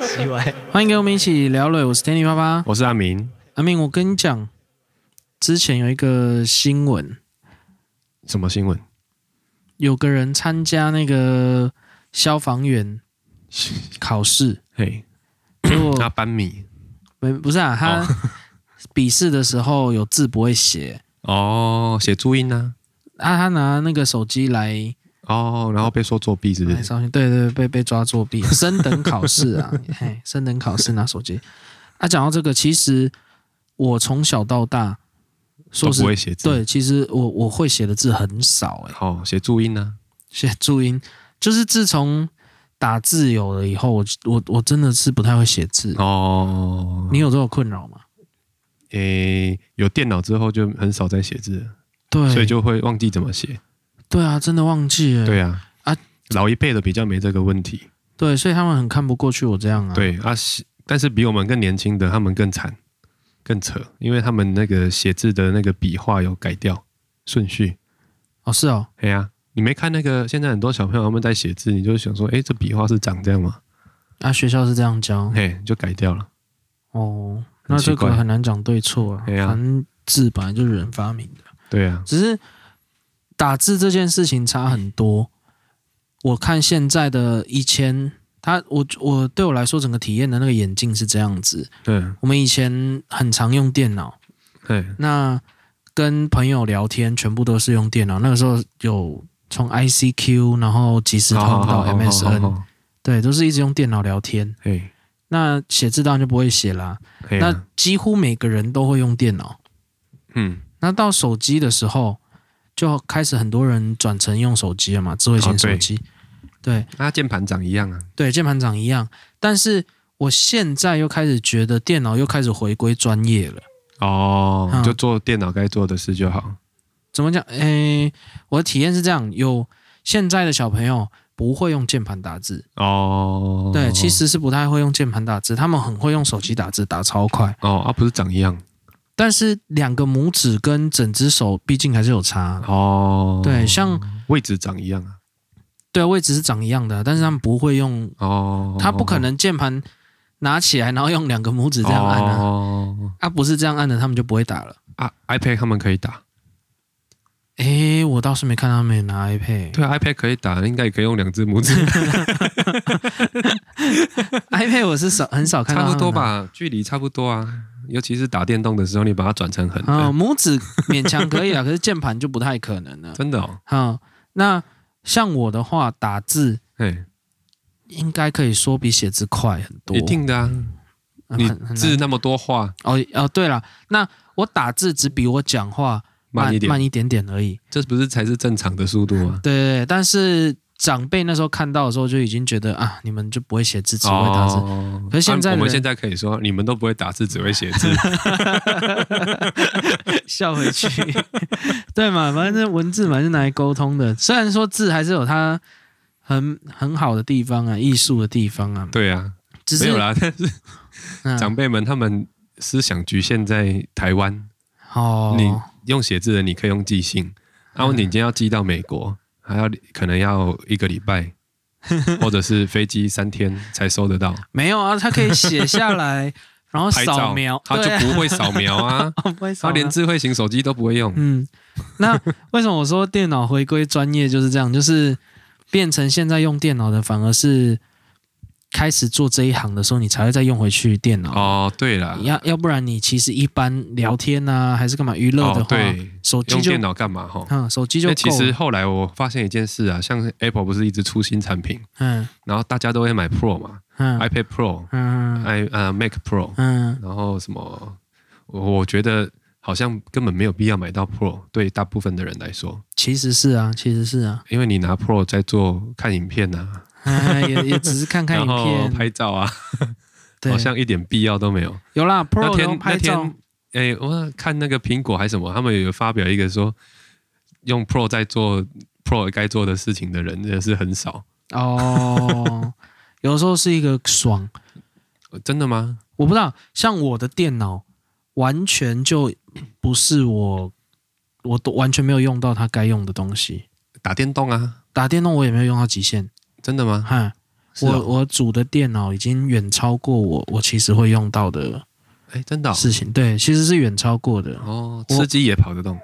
奇怪，欢迎跟我们一起聊了，我是 Danny 爸爸。我是阿明，阿明，我跟你讲，之前有一个新闻，什么新闻？有个人参加那个消防员考 试，嘿，结果他搬米没不是啊，他笔试的时候有字不会写，哦，写注音呢、啊，他拿那个手机来哦，然后被说作弊是不来是？烧信，对对对，被被抓作弊，升等考试 啊，嘿，升等考试拿手机。啊，讲到这个，其实我从小到大，都说不是会写字，，对，其实我我会写的字很少、欸，哦，写注音呢、写注音，就是自从打字有了以后，我我我真的是不太会写字。哦，你有这种困扰吗？诶、有电脑之后就很少在写字了，对，所以就会忘记怎么写。对啊，真的忘记了。对啊，啊，老一辈的比较没这个问题，对所以他们很看不过去我这样啊。，对啊，是但是比我们更年轻的他们更惨，更扯，因为他们那个写字的那个笔画有改掉顺序。哦是哦，哎呀、你没看那个现在很多小朋友他们在写字，你就想说，哎、这笔画是长这样吗？啊学校是这样教嘿，就改掉了。哦，那很这奇怪个很难讲对错啊。对啊反正字本来就是人发明的，对啊，只是打字这件事情差很多。我看现在的以前，他我我对我来说，整个体验的那个眼镜是这样子。嗯，我们以前很常用电脑，嘿，那跟朋友聊天全部都是用电脑，那个时候有从 ICQ，然后即时通到 MSN，好，对，都是一直用电脑聊天。嘿，那写字当然就不会写啦。嘿啊那几乎每个人都会用电脑。嗯，那到手机的时候，就开始很多人转成用手机了嘛，智慧型哦手对机。对那键盘长一样啊。对，键盘长一样。但是我现在又开始觉得电脑又开始回归专业了。哦，嗯就做电脑该做的事就好。怎么讲？诶，我的体验是这样：有现在的小朋友不会用键盘打字，哦，对，其实是不太会用键盘打字，他们很会用手机打字，打超快。哦啊，不是长一样但是两个拇指跟整只手，毕竟还是有差。哦。对，像位置长一样啊。对位置是长一样的，啊但是他们不会用，哦，他不可能键盘拿起来，然后用两个拇指这样按啊，哦啊，不是这样按的，他们就不会打了。啊，iPad 他们可以打，诶，我倒是没看他们拿 iPad，iPad 对啊，iPad 可以打，应该也可以用两只拇指，我是少很少看到，差不多。吧，距离差不多啊。尤其是打电动的时候，你把它转 成横的，啊、拇指勉强可以 啊，可是键盘就不太可能了。真的哦，好、那像我的话，打字嘿，应该可以说比写字快很多。一定的啊。嗯你很很字难那么多话，哦哦，对了，那我打字只比我讲话慢一点，慢一点点而已。这不是才是正常的速度啊吗？对对对，但是长辈那时候看到的时候就已经觉得啊，你们就不会写字，只会打字。哦可是现在啊我们人现在可以说，你们都不会打字，只会写字。 笑回去， 对嘛？反正文字嘛是拿来沟通的，虽然说字还是有它很很好的地方啊，艺术的地方啊，对啊，只是没有啦。但是嗯长辈们他们思想局限在台湾，哦，嗯你用写字的，你可以用寄信。然后你今天要寄到美国，还要可能要一个 礼拜，或者是飞机三天才收得到。没有啊，他可以写下 来，然后拍扫照描，他对啊就不会扫描啊，哦 不会扫 他描连智慧型手机都不会用。嗯，那为什么我说电脑回归专业就是这样？就是变成现在用电脑的，反而是开始做这一行的时候，你才会再用回去电脑。哦，对了，要要不然你其实一般聊天啊，还是干嘛娱乐的话，哦对，手机用就电脑干嘛哈？嗯，手机就因够为其实了后来我发现一件事啊，像 Apple 不是一直出新产品，嗯然后大家都会买 Pro 嘛、嗯 i p a d Pro、嗯 i 呃 Mac Pro，、嗯然后什么，我我觉得好像根本没有必要买到 Pro，对大部分的人来说，其实是啊，其实是啊， 因为你拿 Pro 在做看影片啊，也也只是看看影然后片，拍照啊，对，好像一点必要都没有。有啦那，Pro 天能那拍照天，，哎、我看那个苹果还是什么，他们有发表一个说，用 Pro 在做 Pro 该做的事情的人，真的是很少。哦， 有时候是一个爽。呃真的吗？我不知道，像我的电脑完全就不是我，我都完全没有用到它该用的东西。打电动啊，打电动我也没有用到极限，真的吗？哈，是我哦，我组的电脑已经远超过我我其实会用到的哎，真的哦事情，对，其实是远超过的。哦，我吃鸡也跑得动，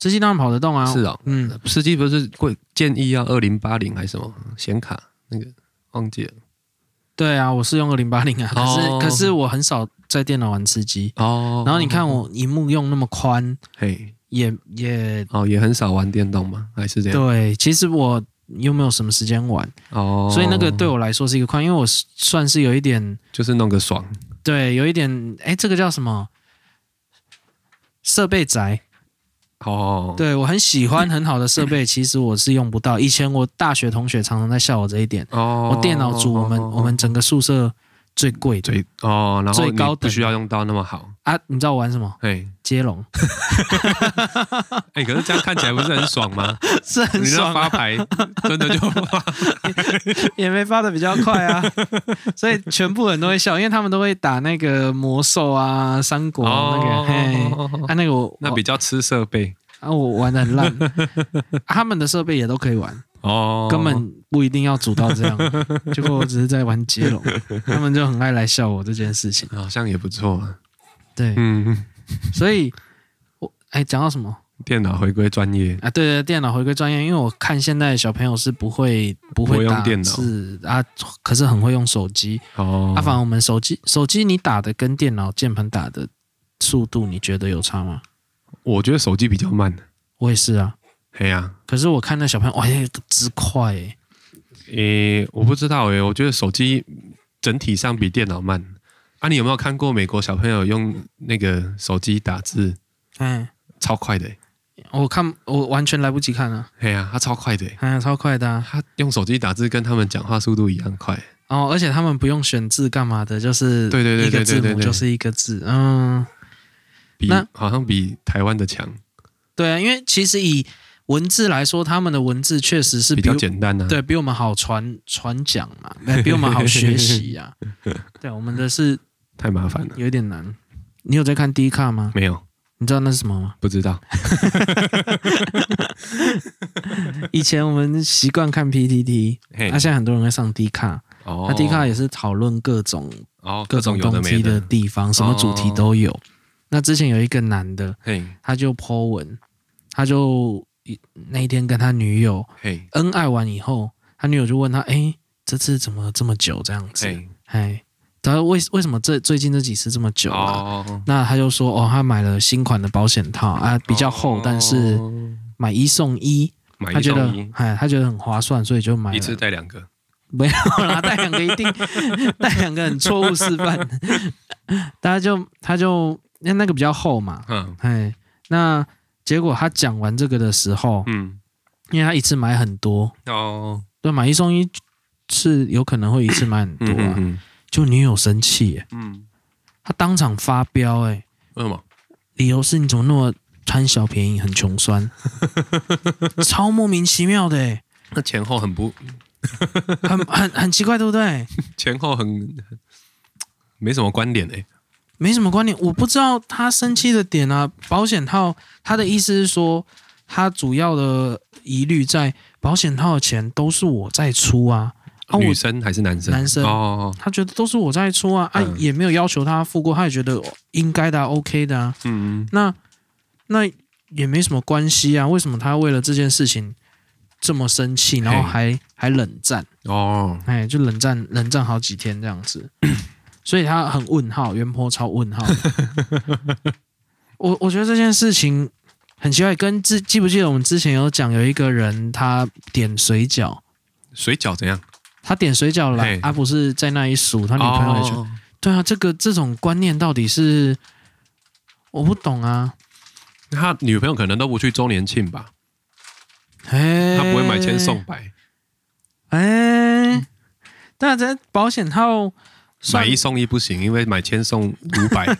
这些当然跑得动啊，是哦，嗯，吃鸡不是会建议要二零八零还是什么显卡那个忘记了对啊，我是用二零八零啊，可是、哦可是我很少在电脑玩吃鸡。哦然后你看我荧幕用那么宽，嘿，也也哦，也很少玩电动嘛，还是这样对，其实我又没有什么时间玩，哦，所以那个对我来说是一个宽，因为我是算是有一点就是弄个爽对，有一点哎，这个叫什么？设备宅，哦，对我很喜欢很好的设 备，其实我是用不到。以前我大学同学常常在笑我这一点，哦，我电脑组我们我们整个宿舍最贵的最哦，然后最你高等不需要用到那么好，啊，你知道我玩什么？嘿，接龙哎，可是这样看起来不 是很爽吗？是你 很那爽啊、发牌真的就 发，也没发的比较快啊， 所以全部人都会笑，因为他们都会打那个魔兽啊、三国啊那个，嘿，哦啊那个我那比较吃设备啊我玩的很 烂、啊他们的设备也都可以玩，哦，根本不一定要组到这 样，结果我只是在玩接龙，他们就很爱来笑我这件事情，好像也不错啊，对，嗯，所以我哎讲到什么电脑回归专业，啊？对对，电脑回归专业，因为我看现在的小朋友是不会不不会会用打电脑字啊，可是很会用手机，哦，阿凡，反而我们手机手机你打的跟电脑键盘打的速度，你觉得有差吗？我觉得手机比较慢，我也是啊，嘿呀，可是我看那小朋友，哇，那个之快、欸，诶，我不知道诶，我觉得手机整体上比电脑慢。啊，你有没有看过美国小朋友用那个手机打字嗯，超快的诶？我看我完全来不及看啊，嘿呀、他超快的诶，哎、超快的、啊，他用手机打字跟他们讲话速度一样快。哦，而且他们不用选字干嘛的，就是对对对一个对字对对母对就是一个字，嗯，比那好像比台湾的强，对啊，因为其实以文字来说，他们的文字确实是比比较我简单啊。对比我们好传传讲嘛， 哎比我们好学习 呀、对，我们的是太麻烦了。有点难。你有在看 D 卡吗？没有，你知道那是什么 吗？不知道。以前我们习惯看 PTT，嘿那、，啊现在很多人会上 D 卡，哎哦那 D 卡也是讨论各种哦，各各种种有东的哦西没的的。地方，什么主题都有。那之前有一个男的，嘿，他就 po 文，他就那一天跟他女友嘿，恩爱完以后，他女友就问他：“哎、这次怎么这么久这样子？嘿，哎，他说为为什么这最近这几次这么久啊？”哦，那他就说：“哦，他买了新款的保险套啊，比较厚，但是哦买一送一。”买他一觉送得一，哎，他觉得很划算，所以就买了。一 次带两个。没有啦，带两个一定 带两个很错误示范。 大家就他就那那个比较厚嘛，嗯哎，那结果他讲完这个的时候，嗯，因为他一次买很多，哦，对，买一送一是有可能会一次买很多嗯啊。嗯就女友生气耶，嗯，他当场发飙，哎，为什么？理由是你怎么那么贪小便宜，很穷 酸，超莫名其妙的耶，那前后很不，很很很奇怪，对不对？前后很很没什么关联哎、没什么观点，我不知道他生气的点啊。保险套，他的意思是说，他主要的疑虑在保险套的钱都是我在出啊，啊女我生还是男生？男生哦，他觉得都是我在出啊，啊、嗯也没有要求他付过，他也觉得应该的、啊、，OK 的啊，嗯，那那也没什么关系啊，为什么他为了这件事情这么生气，然后还还冷战？哦，哎，就冷战冷战好几天这样子， 所以他很问号，袁坡超问号的。我我觉得这件事情很奇怪，跟记记不记得我们之前有讲有一个人他点水饺，水饺怎样？他点水饺来啊嘿，他、不是在那里数，他女朋友也觉得，哦对啊，这个这种观念到底是我不懂啊，他女朋友可能都不去周年庆吧？哎，他不会买千送，百，哎，但这保险套算买一送一不行，因为买千送五 百，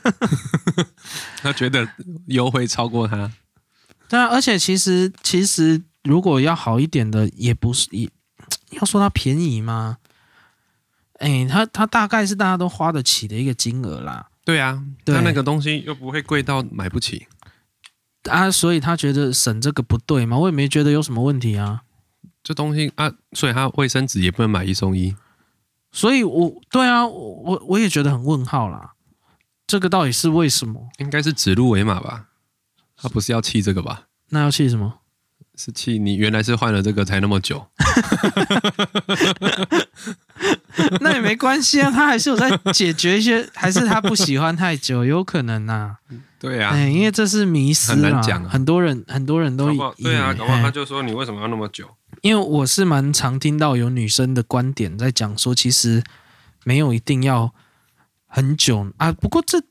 他觉得优惠超过他。对啊，而且其实其实如果要好一点的，也不是也要说它便宜吗？哎，它它大概是大家都花得起的一个金额啦，对啊，对他那个东西又不会贵到买不起，啊，所以他觉得省这个不对嘛，我也没觉得有什么问题啊。这东西啊，所以他卫生纸也不能买一送一。所以我对啊，我我我也觉得很问号啦，这个到底是为什么？应该是指鹿为马吧？他不是要气这个吧？那要气什么？是气你原来是换了这个才那么久， 那也没关系啊，他还是有在解决一些， 还是他不喜欢太久，有可能呐、对啊，啊，哎、因为这是迷失很啦难讲啊很多人很多人都搞以不好对啊，以为搞不好哎他就说你为什么要那么久？因为我是蛮常听到有女生的观点在讲说，其实没有一定要很久啊。不过这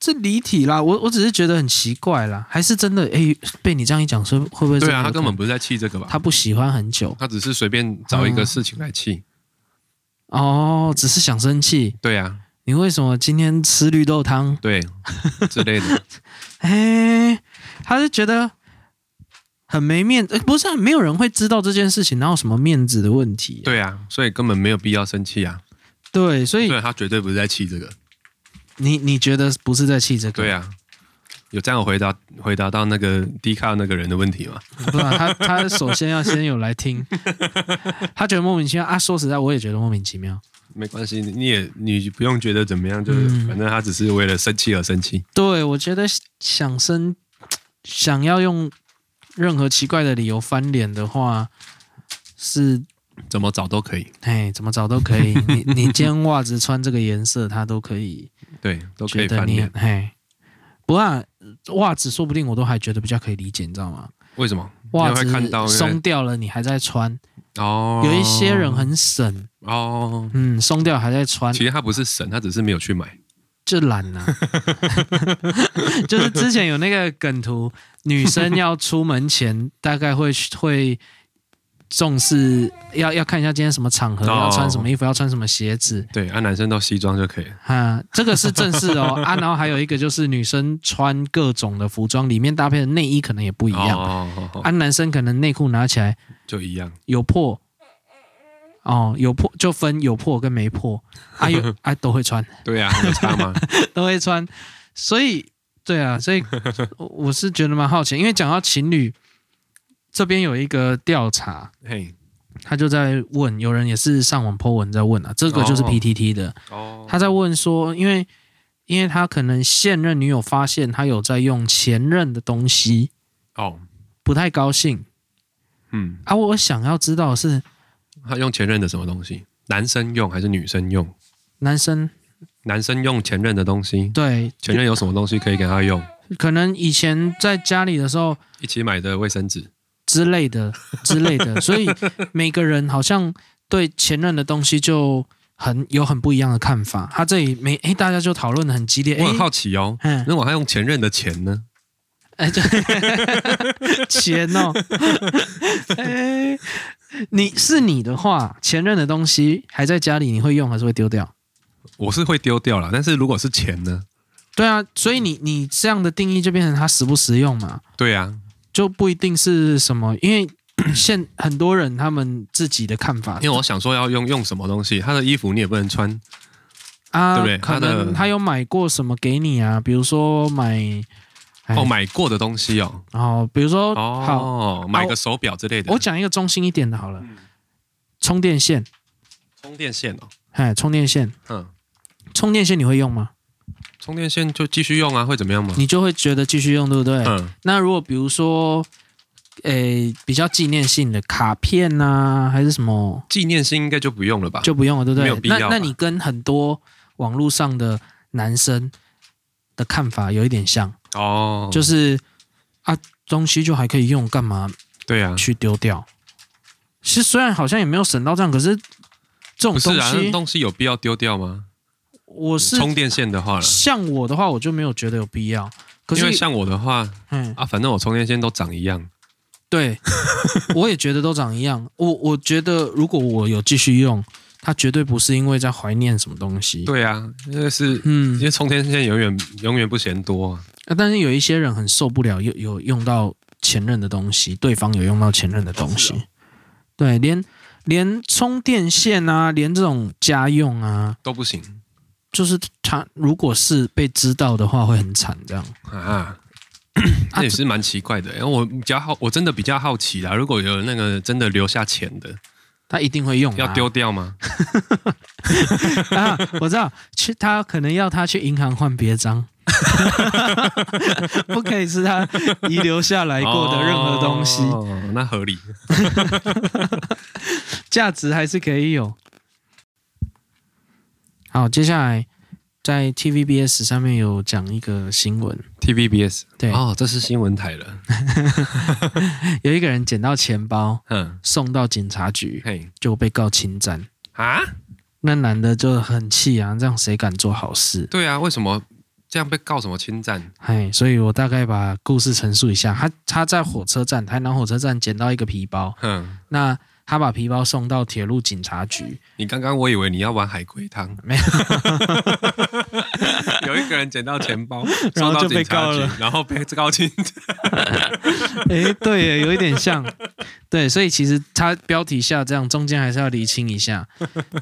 这离题啦，我我只是觉得很奇怪啦，还是真的诶，被你这样一讲，说会不会对真啊，的有他可根本能不是在气这个吧？他不喜欢很久他只是随便找一个事情来气。哦，只是想生气。对啊，你为什么今天吃绿豆汤？ 对之类的，哎，他就觉得很没面子，诶不是、啊、没有人会知道这件事情，哪有什么面子的问题、对啊，所以根本没有必要生气啊。对，所以对，他绝对不是在气这个。你你觉得不是在气这个？对啊，有这样有回答回答到那个低卡那个人的问题吗？不然啊他他首先要先有来 听，他觉得莫名其妙啊。说实在，我也觉得莫名其妙。没关系，你也你不用觉得怎么样，就是、嗯反正他只是为了生气而生气。对，我觉得想生想要用任何奇怪的理由翻脸的话，是怎么找都可以，哎怎么找都可以。你你今天袜子穿这个颜色，他都可以对，都可觉以得翻你脸。哎。不啊，袜子说不定我都还觉得比较可以理解，你知道吗？为什么？袜你会看到子松掉了，你还在穿。哦，有一些人很省，哦，嗯，松掉还在穿。其实他不是神，他只是没有去买。就懒 啦、就是之前有那个梗图，女生要出门前大概会会重视，要要看一下今天什么场合，哦要穿什么衣服，要穿什么鞋子对，啊，男生都西装就可以了。啊，这个是正式哦啊。然后还有一个就是女生穿各种的服装，里面搭配的内衣可能也不一样、哦哦哦啊，哦，男生可能内裤拿起来就一样。有破。哦，有破就分有破跟没破，啊 有啊都会穿。对啊，有差 吗？都会穿，所以对啊，所以我我是觉得蛮好奇，因为讲到情侣这边有一个调查，嘿，他就在问，有人也是上网 po 文在问啊，这个就是哦 PTT 的，哦，他在问说，因为因为他可能现任女友发现他有在用前任的东西，哦，不太高兴嗯，啊。我想要知道的是他用前任的什么东西？男生用还是女生用？男生男生用前任的东西，对，前任有什么东西可以给他用？可能以前在家里的时候一起买的卫生纸，之类的之类的，所以每个人好像对前任的东西就很有很不一样的看法。他这里没诶，大家就讨论的很激烈。我很诶好奇哦。 嗯，如果他用前任的钱呢？哎，就钱哦，哎，你是你的话，前任的东西还在家里，你会用还是会丢掉？我是会丢掉啦，但是如果是钱呢？对啊，所以你你这样的定义就变成它实不实用嘛，对啊，就不一定是什么，因为现很多人他们自己的看法，因为我想说要用用什么东西，他的衣服你也不能穿，啊，对不对可他的能他有买过什么给你啊？比如说买，哎哦，，买过的东西哦，哦，比如说，好，哦，买个手表之类的，我讲一个中心一点的好了，充电线，充电线哦，哎，充电线，嗯，充电线你会用吗？充电线就继续用啊，会怎么样吗？你就会觉得继续用，对不对？嗯，那如果比如说，诶，比较纪念性的卡片呐、还是什么，纪念性应该就不用了吧？就不用了，对不没有对必？那要啊那吧你跟很多网络上的男生的看法有一点像，哦，就是啊，东西就还可以用，干嘛对啊，去丢掉。其实虽然好像也没有省到账，可是这种不是东啊，那西，东西有必要丢掉吗？我是充电线的话了，像我的话，我就没有觉得有必要。可因为是，像我的话嗯，啊，反正我充电线都长一样，对， 我也觉得都长一样。我我觉得如果我有继续用，它绝对不是因为在怀念什么东西。对啊，因为是嗯因，为充电线永远永远不嫌多啊，啊但是有一些人很受不了，有有用到前任的东西，对方有用到前任的东西，是啊对，连连充电线啊，连这种家用啊，都不行就是他如果是被知道的话，会很惨这样。啊啊。那也是蛮奇怪的，因为我比较好，我真的比较好奇啦。如果有那个真的留下钱的，他一定会用、啊，要丢掉吗？ 啊！我知道，去他可能要他去银行换别章， 不可以是他遗留下来过的任何东西，哦那合理。价值还是可以有。好，接下来在 TVBS 上面有讲一个新闻， TVBS 对哦，这是新闻台了，有一个人捡到钱包嗯，送到警察局，嘿就被告侵占。啊，那男的就很气啊，这样谁敢做好事？对啊，为什么这样被告什么侵占？哎，所以我大概把故事陈述一下。他他在火车站，台南火车站捡到一个皮包，哼，那他把皮包送到铁路警察局，你刚刚我以为你要玩海龟汤，没有， 有一个人捡到钱 包，然后送到就被警察告局了，然后被 告侵占，哎，对耶，有一点像， 对，所以其实他标题下这样，中间还是要厘清一下。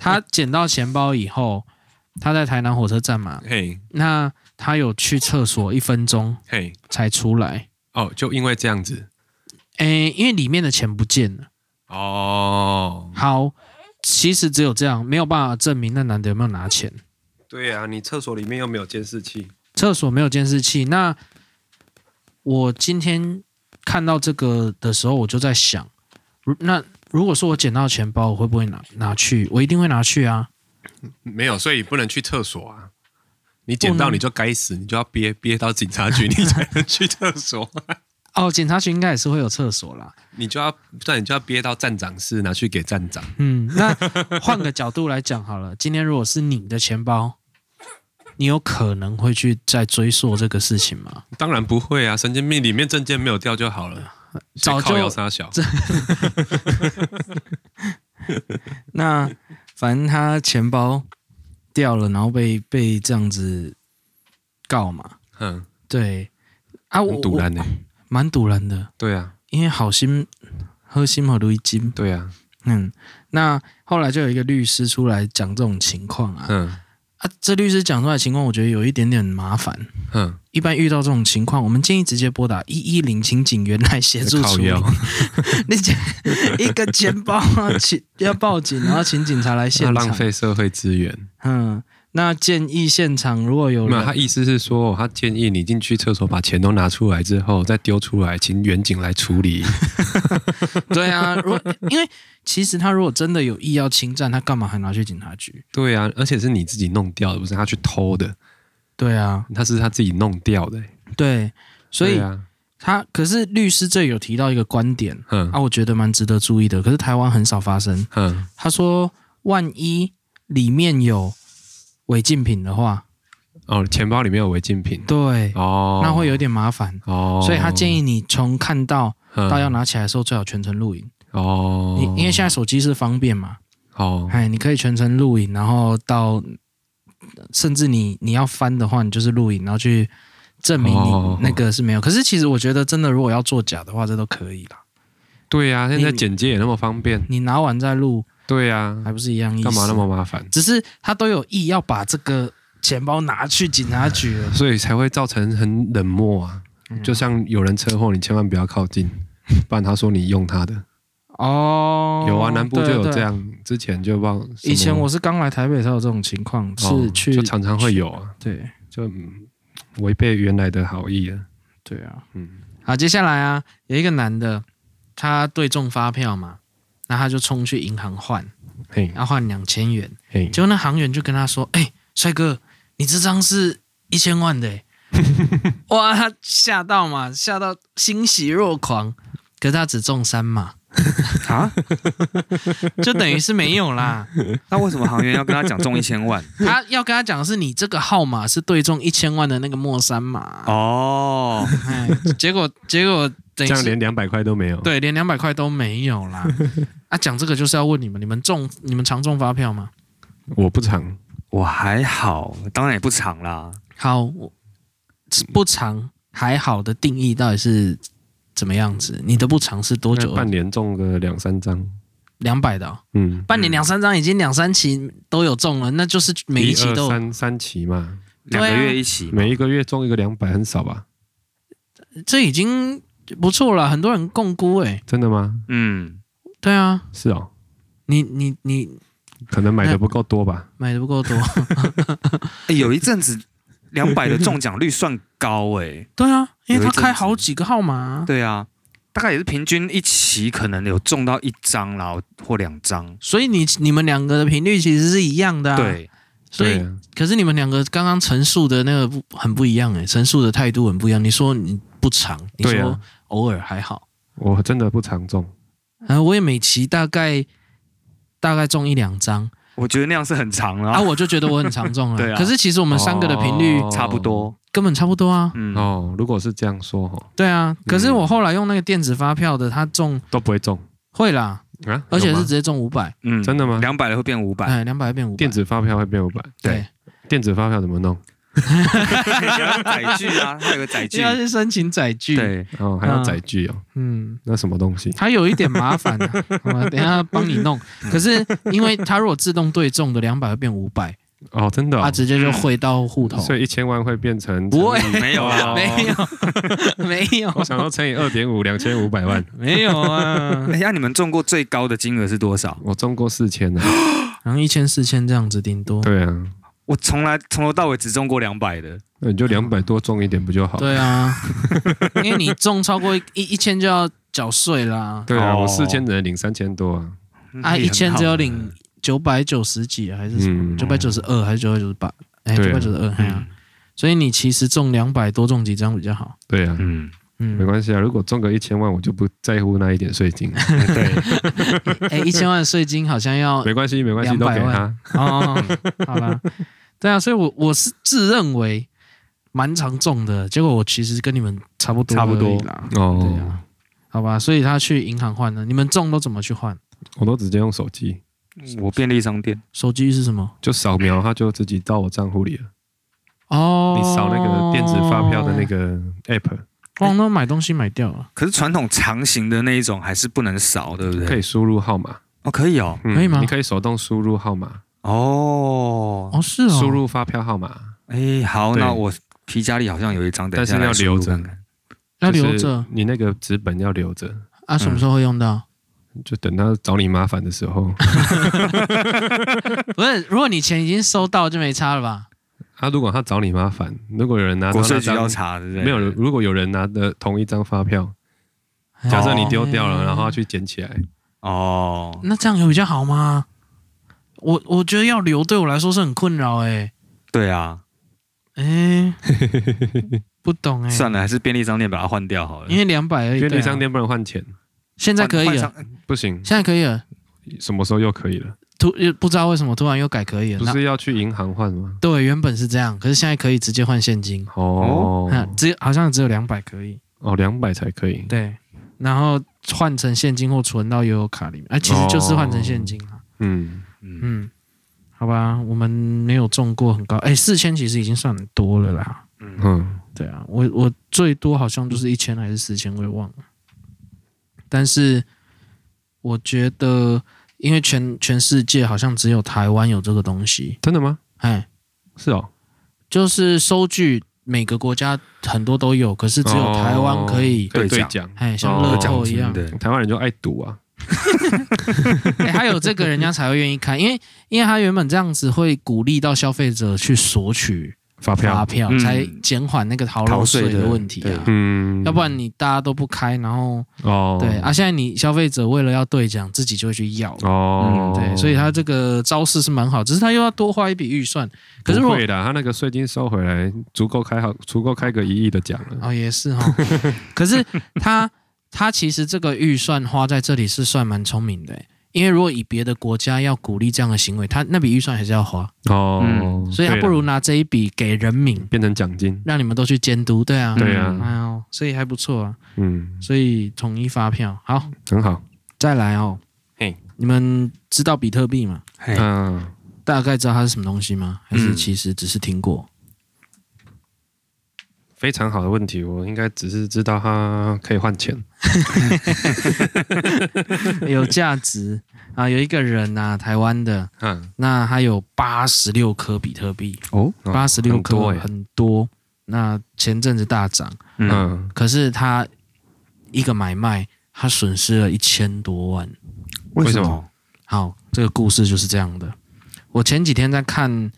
他捡到钱包以后，他在台南火车站嘛，嘿那他有去厕所一分钟嘿，才出来，哦，就因为这样子，诶，因为里面的钱不见了。哦，好，其实只有这样，没有办法证明那男的有没有拿钱。对啊，你厕所里面又没有监视器，厕所没有监视器，那我今天看到这个的时候，我就在想，如那如果说我捡到钱包，我会不会拿拿去？我一定会拿去啊。没有，所以不能去厕所啊。你捡到你就该死，你就要憋憋到警 察局，你才能去厕所，哦，警察局应该也是会有厕所啦。你就要那你就要憋到站长室拿去给站长。嗯，那换个角度来讲好了， 今天如果是你的钱包，你有可能会去再追溯这个事情吗？当然不会啊，神经病！里面证件没有掉就好了，早就谁靠摇杀小。那反正他钱包掉了，然后被被这样子告嘛，嗯，对啊，我很堵我然呢。欸蛮堵然的，对啊，因为好心喝心和一金。对啊，嗯，那后来就有一个律师出来讲这种情况啊，嗯啊，这律师讲出来的情况，我觉得有一点点麻烦。嗯，一般遇到这种情况，我们建议直接拨打一一零，请警员来协助靠处理。 腰你 这一个钱包啊，请要报警，然后请警察来现那场。浪费社会资源。嗯，那建议现场如果有没有，他人，意思是说，哦他建议你进去厕所把钱都拿出来之后，再丢出来，请远景来处理。对啊， 如果因为其实他如果真的有意要侵占，他干嘛还拿去警察局？对啊，而且是你自己弄掉的，不是他去偷的，对啊，他是他自己弄掉的。对，所对以啊，他、可是律师这里有提到一个观点嗯啊，我觉得蛮值得注意的，可是台湾很少发生。嗯，他说，万一里面有违禁品的话，哦，钱包里面有违禁品。对，哦，那会有点麻烦。哦，所以他建议议你从看到大到要拿起来的时候，最好全程录影。哦，你因为现在手机是方便嘛，哦，哎，你可以全程录影，然后到呃甚至你你要翻的话，你就是录影，然后去证明哦你那个是没有。可是其实我觉得，真的如果要作假的话，这都可以啦。对呀、啊，现在你剪接也那么方便。你拿完再录，对呀、还不是一样意思？干嘛那？么麻烦？。只是他都有意要把这个钱包拿去警察局了所以才会造成很冷漠啊。嗯就像有人车祸，你千万不要靠近， 不然他说你用他的。哦，有啊，南部就有对这。对样，之前就忘。以前我是刚来台北的时候，这种情况哦是去就常常会有啊，对就嗯违背原来的好意了。对啊，嗯，好，接下来啊，有一个男的，他对中发票嘛，那他就冲去银行换，嘿要换两千元，嘿，结果那行员就跟他说：“哎、帅哥，你这张是一千万的、 欸。”哇，他吓到嘛，吓到欣喜若狂，可是他只中三嘛，啊？ 就等于是没有啦。那为什么行员要跟他讲中一 千万？他要跟他讲的是，你这个号码是对中一千万的那个末三码。哦，哎，结果结果等这于样是连两百块都没有。，对，连两百块都没有 啦。啊，讲这个就是要问你们，你们中你们常中发票吗？我不常，我还好，当然也不长啦。好，我不常还好的定义到底是怎么样子？你的不常是多久啊哎那？半年中个两三张。两百的哦、嗯，半年两三张已经两三期都有中了，那就是每一期二都有三三期嘛，对两啊个月一起，每一个月中一个两百，很少吧？这已经不错了。很多人共估哎、真的吗？嗯，对啊，是哦，你你你可能买的不够多吧。买的不够多，哎有一阵子两百的中奖率算高哎、对啊，因为有一他阵子开好几个号码啊、对啊，大概也是平均一期可能有中到一张啦或两张，所以你你们两个的频率其实是一样的、啊，，对，所以对啊可是你们两个刚刚陈述的那个不很不一样诶、欸陈述的态度很不一样。你说你不长，你对说啊偶尔还好，我真的不常中，然后我也每期大概大概中一两张，我觉得那样是很长了、啊，我就觉得我很常中对了。啊可是其实我们三个的频率哦差不多，根本差不多啊，嗯，哦。如果是这样说哦，对啊。可是嗯我后来用那个电子发票的，它中都不会中会啦，啊，而且有是吗直接中五百，嗯真的吗两百的会变 五百，哎，两百变五百，电子发票会变五百，对，电子发票怎么弄？载具啊，它有个载就具， 要去申请载具，对，哦，还要嗯载具哦，嗯。那什么东西？它有一点麻烦、啊， 我等一下帮你弄。嗯可是因为它如果自动对中的两百会变五百，哦，真的哦它，直接就汇到户头。所以一千万会变成啊 哦不会乘以没有 啊没 有，没我有，想要乘以二点五，两千五百 万。没有啊，哎呀，你们中过最高的金额是多少？我中过四千呢。啊然后一千四千这样子顶多。对啊，我从来从头到尾只中过两百的，那你就两百多中一点不就好？啊对啊，因为你中超过一一千就要缴税啦，对啊，哦我四千只能领三千多啊。啊，那也一很千好只有领九百九十几啊还是什么嗯九百九十二还是九百九十八？哎，九对百啊九十二，哎呀，所以你其实中两百多中几张比较好。对啊，嗯，没嗯，关系啊，如果中个一千万，我就不在乎那一点税 金。嗯 对，哎，一千万税金好像要没关系，没关系， 200都给万他。哦，好啦，对啊，所以我我是自认为蛮常中的，结果我其实跟你们差不多，差不多啦。对哦，啊，好吧，所以他去银行换了，你们中都怎么去换？我都直接用手机，我便利商店，手机是什么？就扫描，它就自己到我账户里了。哦，你扫那个电子发票的那，个 app，哦，那买东西买掉了，可是传统长型的那一种还是不能少，对不对？可以输入号码，哦，可以哦，嗯可以吗你可以手动输入号码，哦，哦，是哦，输入发票号码，哎，好，对那我皮夹里好像有一张，等一下但是要来输入留着看看要留就是着你那个纸本要留着，啊，什么时候会用嗯到？就等他找你麻烦的时 候。不是，如果你钱已经收到就没差了吧？他啊如果他找你麻烦，如果有人拿到国税那局要张，查，对不对？没有，如果有人拿的同一张发哦票，假设你丢掉了，哎然后他去捡起来，哦，那这样有比较好吗？我我觉得要留对我来说是很困扰哎、对啊，哎、不懂哎、算了，还是便利商店把它换掉好了，因为两百而已。便利商对啊店不能换钱，现在可以啊换了，换上不行，现在可以了。什么时候又可以了？突也不知道为什么突然又改可以了。不那是要去银行换吗？对，原本是这样，可是现在可以直接换现金。哦那只好像只有两百可以。哦，两百才可以。对，然后换成现金或存到悠游卡里面，哎、其实就是换成现金啊。嗯，嗯嗯，好吧，我们没有中过很高，哎、四千其实已经算很多了啦。嗯，嗯，对啊，我我最多好像就是一千还是四千，我也忘了。但是我觉得，因为全全世界好像只有台湾有这个东西，真的吗？哎，是哦，就是收据每个国家很多都有，可是只有台湾可以，哦可以兑兑奖奖。哎，像哦乐奖透一金样，的，台湾人就爱赌啊， 哎，还有这个人家才会愿意看，因为因为他原本这样子会鼓励到消费者去索取发发票。票，嗯才减缓那个逃漏税逃税的的问题啊。嗯，要不然你大家都不开，然后哦，对啊，现在你消费者为了要兑奖，自己就会去要，哦，嗯对，所以他这个招式是蛮好，只是他又要多花一笔预算。可是如不果会的，他那个税金收回来足够开好，足够开个一亿的奖了。哦也是哈、哦， 可是他他其实这个预算花在这里是算蛮聪明的欸，因为如果以别的国家要鼓励这样的行为，他那笔预算还是要花，哦，嗯所以他对不啦如拿这一笔给人民，变成奖金。让你们都去监督，对啊，对啊哎呦，所以还不错啊，嗯，所以统一发票好。很好。再来哦，嘿，你们知道比特币吗？嘿嗯，大概知道它是什么东西吗？还是嗯其实只是听过？ 非常好的问题，我应该只是知道它可以换钱。有价值啊！有一个人呐、台湾的，嗯，那他有八十六颗比特币，哦，八十六很颗啊多欸很多。那前阵子大涨，嗯，嗯，可是他一个买卖，他损失了一千多万。为什么？好，这个故事就是这样的。我前几天在看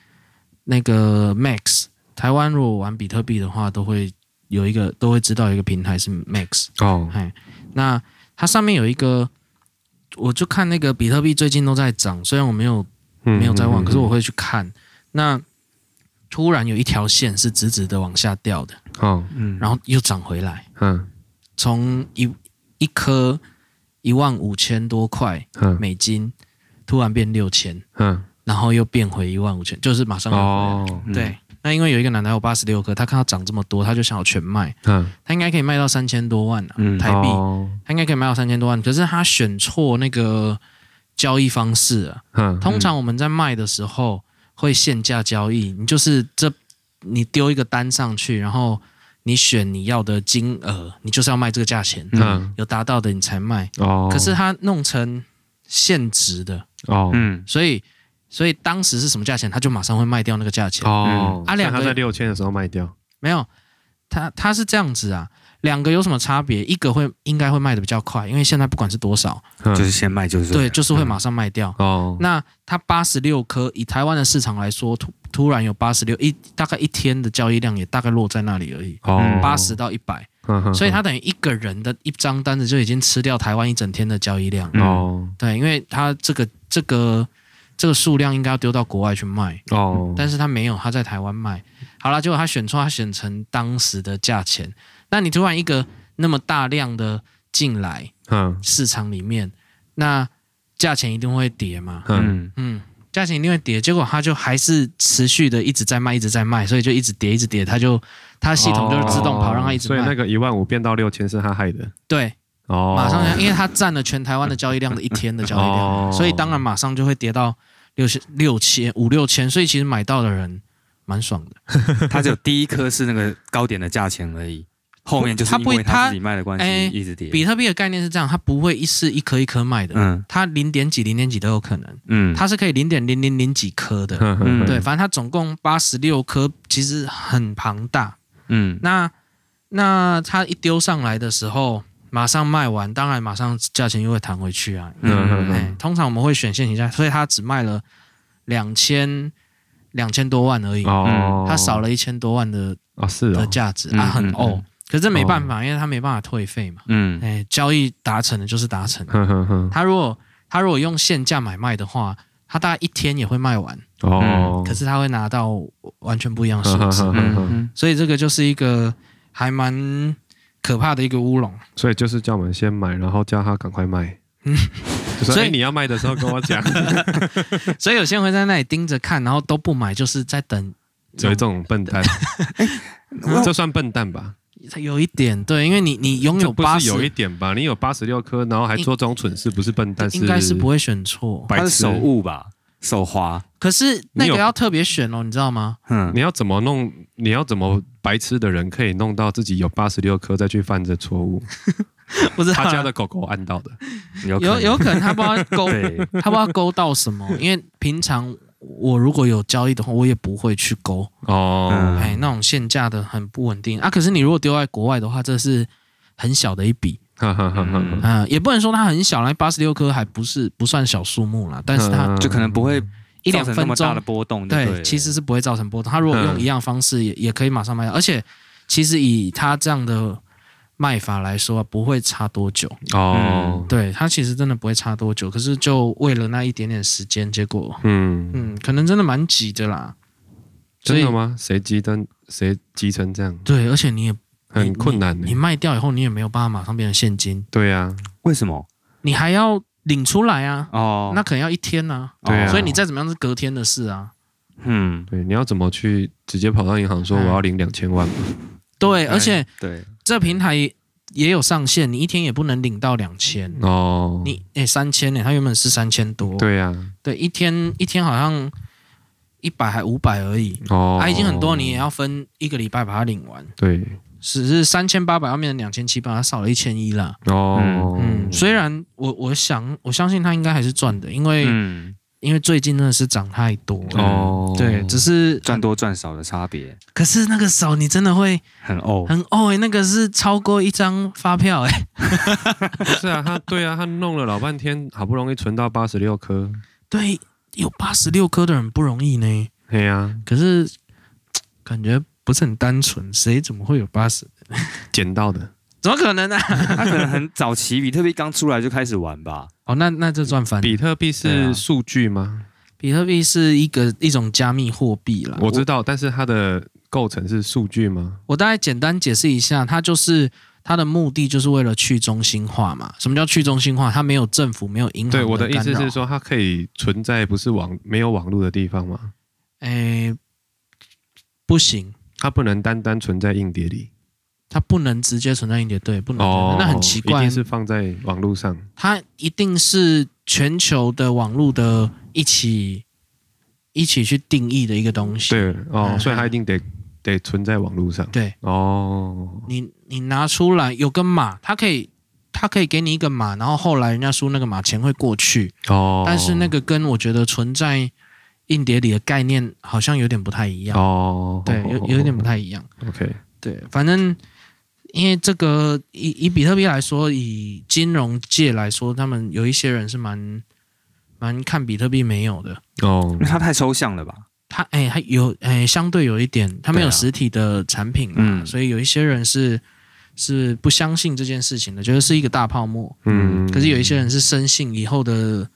那个 Max，台湾如果玩比特币的话，都会有一个都会知道有一个平台是 Max，哦，哎，那它上面有一个，我就看那个比特币最近都在涨，虽然我没有嗯没有在玩，嗯可是我会去看。那突然有一条线是直直的往下掉的，哦，嗯，然后又涨回来，嗯从一一颗一万五千多块嗯美金，突然变六千，嗯，然后又变回一万五千，就是马上又回来哦，嗯对，那因为有一个奶奶有八十六颗，她看到涨这么多，她就想要全卖，嗯，她应该可以卖到三千多万、啊嗯台币，哦她应该可以卖到三千多万，可是她选错那个交易方式啊。嗯，通常我们在卖的时候会限价交易，你就是这你丢一个单上去，然后你选你要的金额，你就是要卖这个价钱，嗯，有达到的你才卖。哦，可是他弄成限值的，哦嗯所以所以当时是什么价钱，他就马上会卖掉那个价钱。哦嗯，啊两个所以他在六千的时候卖掉，没有，他他是这样子啊。两个有什么差别？一个会应该会卖的比较快，因为现在不管是多少，嗯就是先卖就是对，就是会马上卖掉。哦，那它八十六颗，以台湾的市场来说，突突然有八十六一大概一天的交易量也大概落在那里而已，哦嗯八十，到一百，嗯所以它等于一个人的一张单子就已经吃掉台湾一整天的交易量。嗯哦对，因为它这个这个这个数量应该要丢到国外去卖，嗯哦，但是他没有，他在台湾卖。好啦，结果他选错，他选成当时的价钱。那你突然一个那么大量的进来嗯市场里面，那价钱一定会跌嘛？嗯嗯嗯，价钱一定会跌，结果它就还是持续的一直在卖，一直在卖，所以就一直跌，一直跌，它就它系统就自动跑，哦让它一直所以那卖。个一万五变到六千是他害的对，哦，马上因为它占了全台湾的交易量的一天的交易量，哦所以当然马上就会跌到六千、六千、五六千，所以其实买到的人蛮爽的。嗯，它只有第一颗是那个高点的价钱而已，后面就是它因不为它它自己卖的关哎系一直跌。比特币的概念是这样，它不会一是一颗一颗卖的，嗯它零点几、零点几都有可能，嗯，它是可以零点零零零几颗的。嗯嗯对，反正它总共八十六颗，其实很庞大。嗯那那它一丢上来的时候，马上卖完，当然马上价钱又会弹回去啊。嗯哎、通常我们会选现行价，所以它只卖了两千两千多万而已，哦，它嗯少了一千多万的哦是的哦，价值、嗯啊，很嗯哦。嗯可是这没办法，因为它没办法退费嘛。嗯哎、交易达成了就是达成了。哼哼哼，它如果它如果用现价买卖的话，它大概一天也会卖完，哦，嗯可是它会拿到完全不一样的数哼字。哼哼哼嗯所以这个就是一个还蛮可怕的一个乌 龙。所以就是叫我们先买，然后叫他赶快卖。嗯 就说所以哎你要卖的时候跟 我讲，所以有些人会在那里盯着看，然后都不买，就是在等。有一种笨 蛋，哎这算笨蛋吧？有一点对，因为你你拥这有不嗯八是十，有一点吧？你有八十六颗，然后还做这种蠢事，不是笨蛋，应该是不会选错。白它痴是手。误吧，手滑，可是那你有个要特别选哦，你知道吗？嗯你要怎么弄？你要怎么白痴的人可以弄到自己有八十六颗再去犯这错误？ 不知道 他家的狗狗按 到的，有可有能有嗯可能他不知道勾，对，他不知道勾到什么，因为平常。我如果有交易的话，我也不会去勾，哦嗯哎，那种限价的很不稳定啊。可是你如果丢在国外的话，这是很小的一笔，哈哈哈哈哈，嗯、也不能说它很小啦，八十六颗还不是不算小数目啦，但是它嗯就可能不会一造两成那分么大的钟，波动就了对，其实是不会造成波动。它如果用嗯一样方式也，也可以马上卖掉，而且其实以它这样的卖法来说，不会差多久。哦，对，它其实真的不会差多久，可是就为了那一点点时间，结果嗯，嗯，可能真的蛮急的啦。所真以的吗？谁急灯？谁急成这样？对，而且你也很困难你呢。卖掉以后，你也没有办法马上变成现金，对啊呀，为什么你还要领出来啊，哦？那可能要一天呐、哦对啊所以你再怎么样是隔天的事啊。嗯对，你要怎么去直接跑到银行说啊我要领两千万？对，而且对这平台也有上限，你一天也不能领到两千、哦，你哎三千呢？它原本是三千多，对啊呀，对一天一天好像一百还五百而已，哦，啊，已经很多，你也要分一个礼拜把它领完，对只是三千八百要变成两千七百，它少了一千一啦。哦，嗯，虽然我我想我相信它应该还是赚的，因为、嗯因为最近真的是涨太多了。哦，对，只是赚多赚少的差别可是那个手你真的会很哦，很哦、欸，那个是超过一张发票哎、不是啊，他对啊，他弄了老半天，好不容易存到八十六颗，对，有八十六颗的人不容易呢。哎呀，可是感觉不是很单纯，谁怎么会有八十？捡到的，怎么可能呢、啊？他可能很早期，比特币刚出来就开始玩吧。哦，那那就赚翻了。比特币对啊是数据吗？比特币是一个一种加密货币啦。我知道，但是它的构成是数据吗？我大概简单解释一下，它就是它的目的就是为了去中心化嘛。什么叫去中心化？它没有政府，没有银行。对，我的意思是说，说，它可以存在不是网没有网络的地方吗？哎，不行，它不能单单存在硬碟里。它不能直接存在硬碟，嗯对，不能存在。哦，那很奇怪，一定是放在网络上。它一定是全球的网络的一起一起去定义的一个东西。对，哦，嗯所以它一定得得存在网络上。对哦，你你拿出来有根码，它可以它可以给你一个码，然后后来人家输那个码钱会过去，哦，但是那个跟我觉得存在硬碟里的概念好像有点不太一样。哦，对，有有一点不太一样。 OK。对，反正因为这个以以比特币来说，以金融界来说，他们有一些人是蛮蛮看比特币没有的。哦 嗯因为，它太抽象了吧？他哎，还有哎，相对有一点，他没有对啊实体的产品嘛，嗯所以有一些人是是不相信这件事情的，觉得是一个大泡沫。嗯，可是有一些人是深信以后的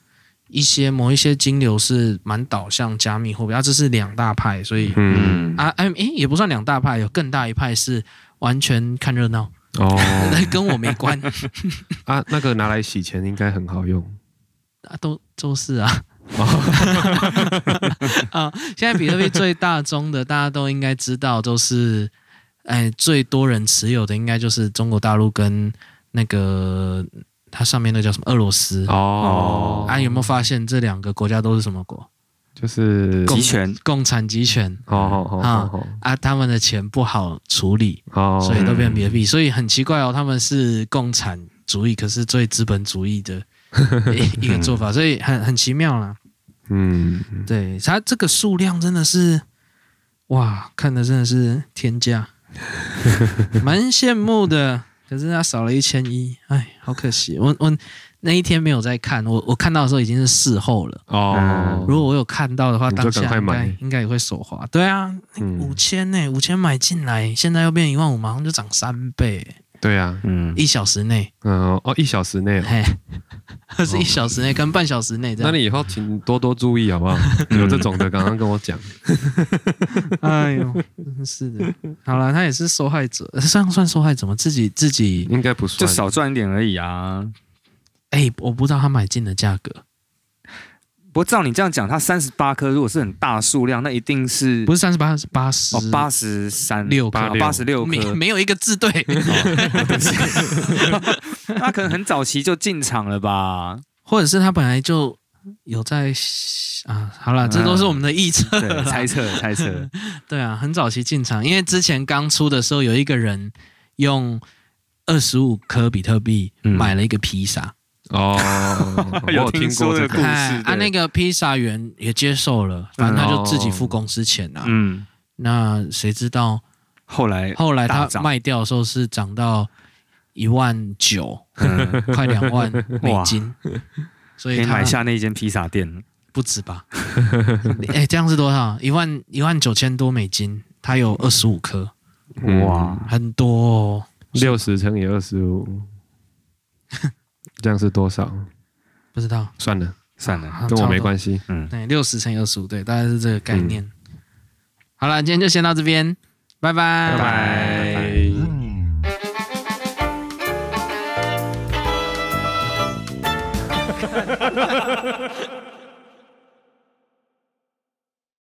一些某一些金流是蛮导向加密货币，啊，这是两大派，所以、嗯，啊，哎、诶也不算两大派，有更大一派是完全看热闹， 哦跟我没关，啊，那个拿来洗钱应该很好用。啊、都都是 啊。啊，现在比特币最大宗的，大家都应该知道，都是，哎，最多人持有的应该就是中国大陆跟那个它上面那个叫什么俄罗斯。哦哦，啊，有没有发现这两个国家都是什么国？就是共集权共产集权哦哦哦啊，他们的钱不好处理，哦哦，所以都变成比特币。所以很奇怪哦，他们是共产主义，可是最资本主义的 一一个做法，所以很很奇妙啦。嗯，对，它这个数量真的是，哇，看的真的是天价， 蛮羡慕的。可是它少了一千一，哎，好可惜。我我那一天没有在看，我我看到的时候已经是事后了。哦，如果我有看到的话，你就当下赶快应该买应该也会手滑。对啊，嗯五千呢，五千买进来，现在又变一万五，马上就涨三倍，对啊，嗯，一小时内，嗯，哦，一小时内哦，嘿， 二是一小时内跟半小时内这那样。你以后请多多注意好不好？有嗯这种的，刚刚跟我讲。哎 呦，真是的。好了，他也是受害者，算算受害者吗？自己自己，应该不算，就少赚一点而已啊。哎、我不知道他买进的价格，不过照你这样讲，它三十八颗如果是很大数量，那一定是不是三十八，是八十哦八十三六颗八八十六颗没。没有一个字对。 哦对不起那可能很早期就进场 了吧？ 或者是他本来就有在啊，好了，这都是我们的臆测对啦、，猜测猜测， 对啊，很早期进场，因为之前刚出的时候，有一个人用二十五颗比特币嗯 买了一个披萨，哦，我有听过这有听说这个故个事哎啊，对那个披萨员也接受了，反正他就嗯自己付公司钱啊。哦嗯，那谁知道后来后来他大涨卖掉的时候是涨到一万九，嗯快两万美金， 所可以以他买下那间披萨店，不止吧？ 哎、这样是多少？一万一万九千多美金，他有二十五颗，嗯哇，很多哦。六十乘以二十五，这样是多少？不知道，算了，算了，啊跟我没关系。嗯，对，哎六十乘以二十五，对，大概是这个概念。好了，今天就先到这边，拜拜，拜拜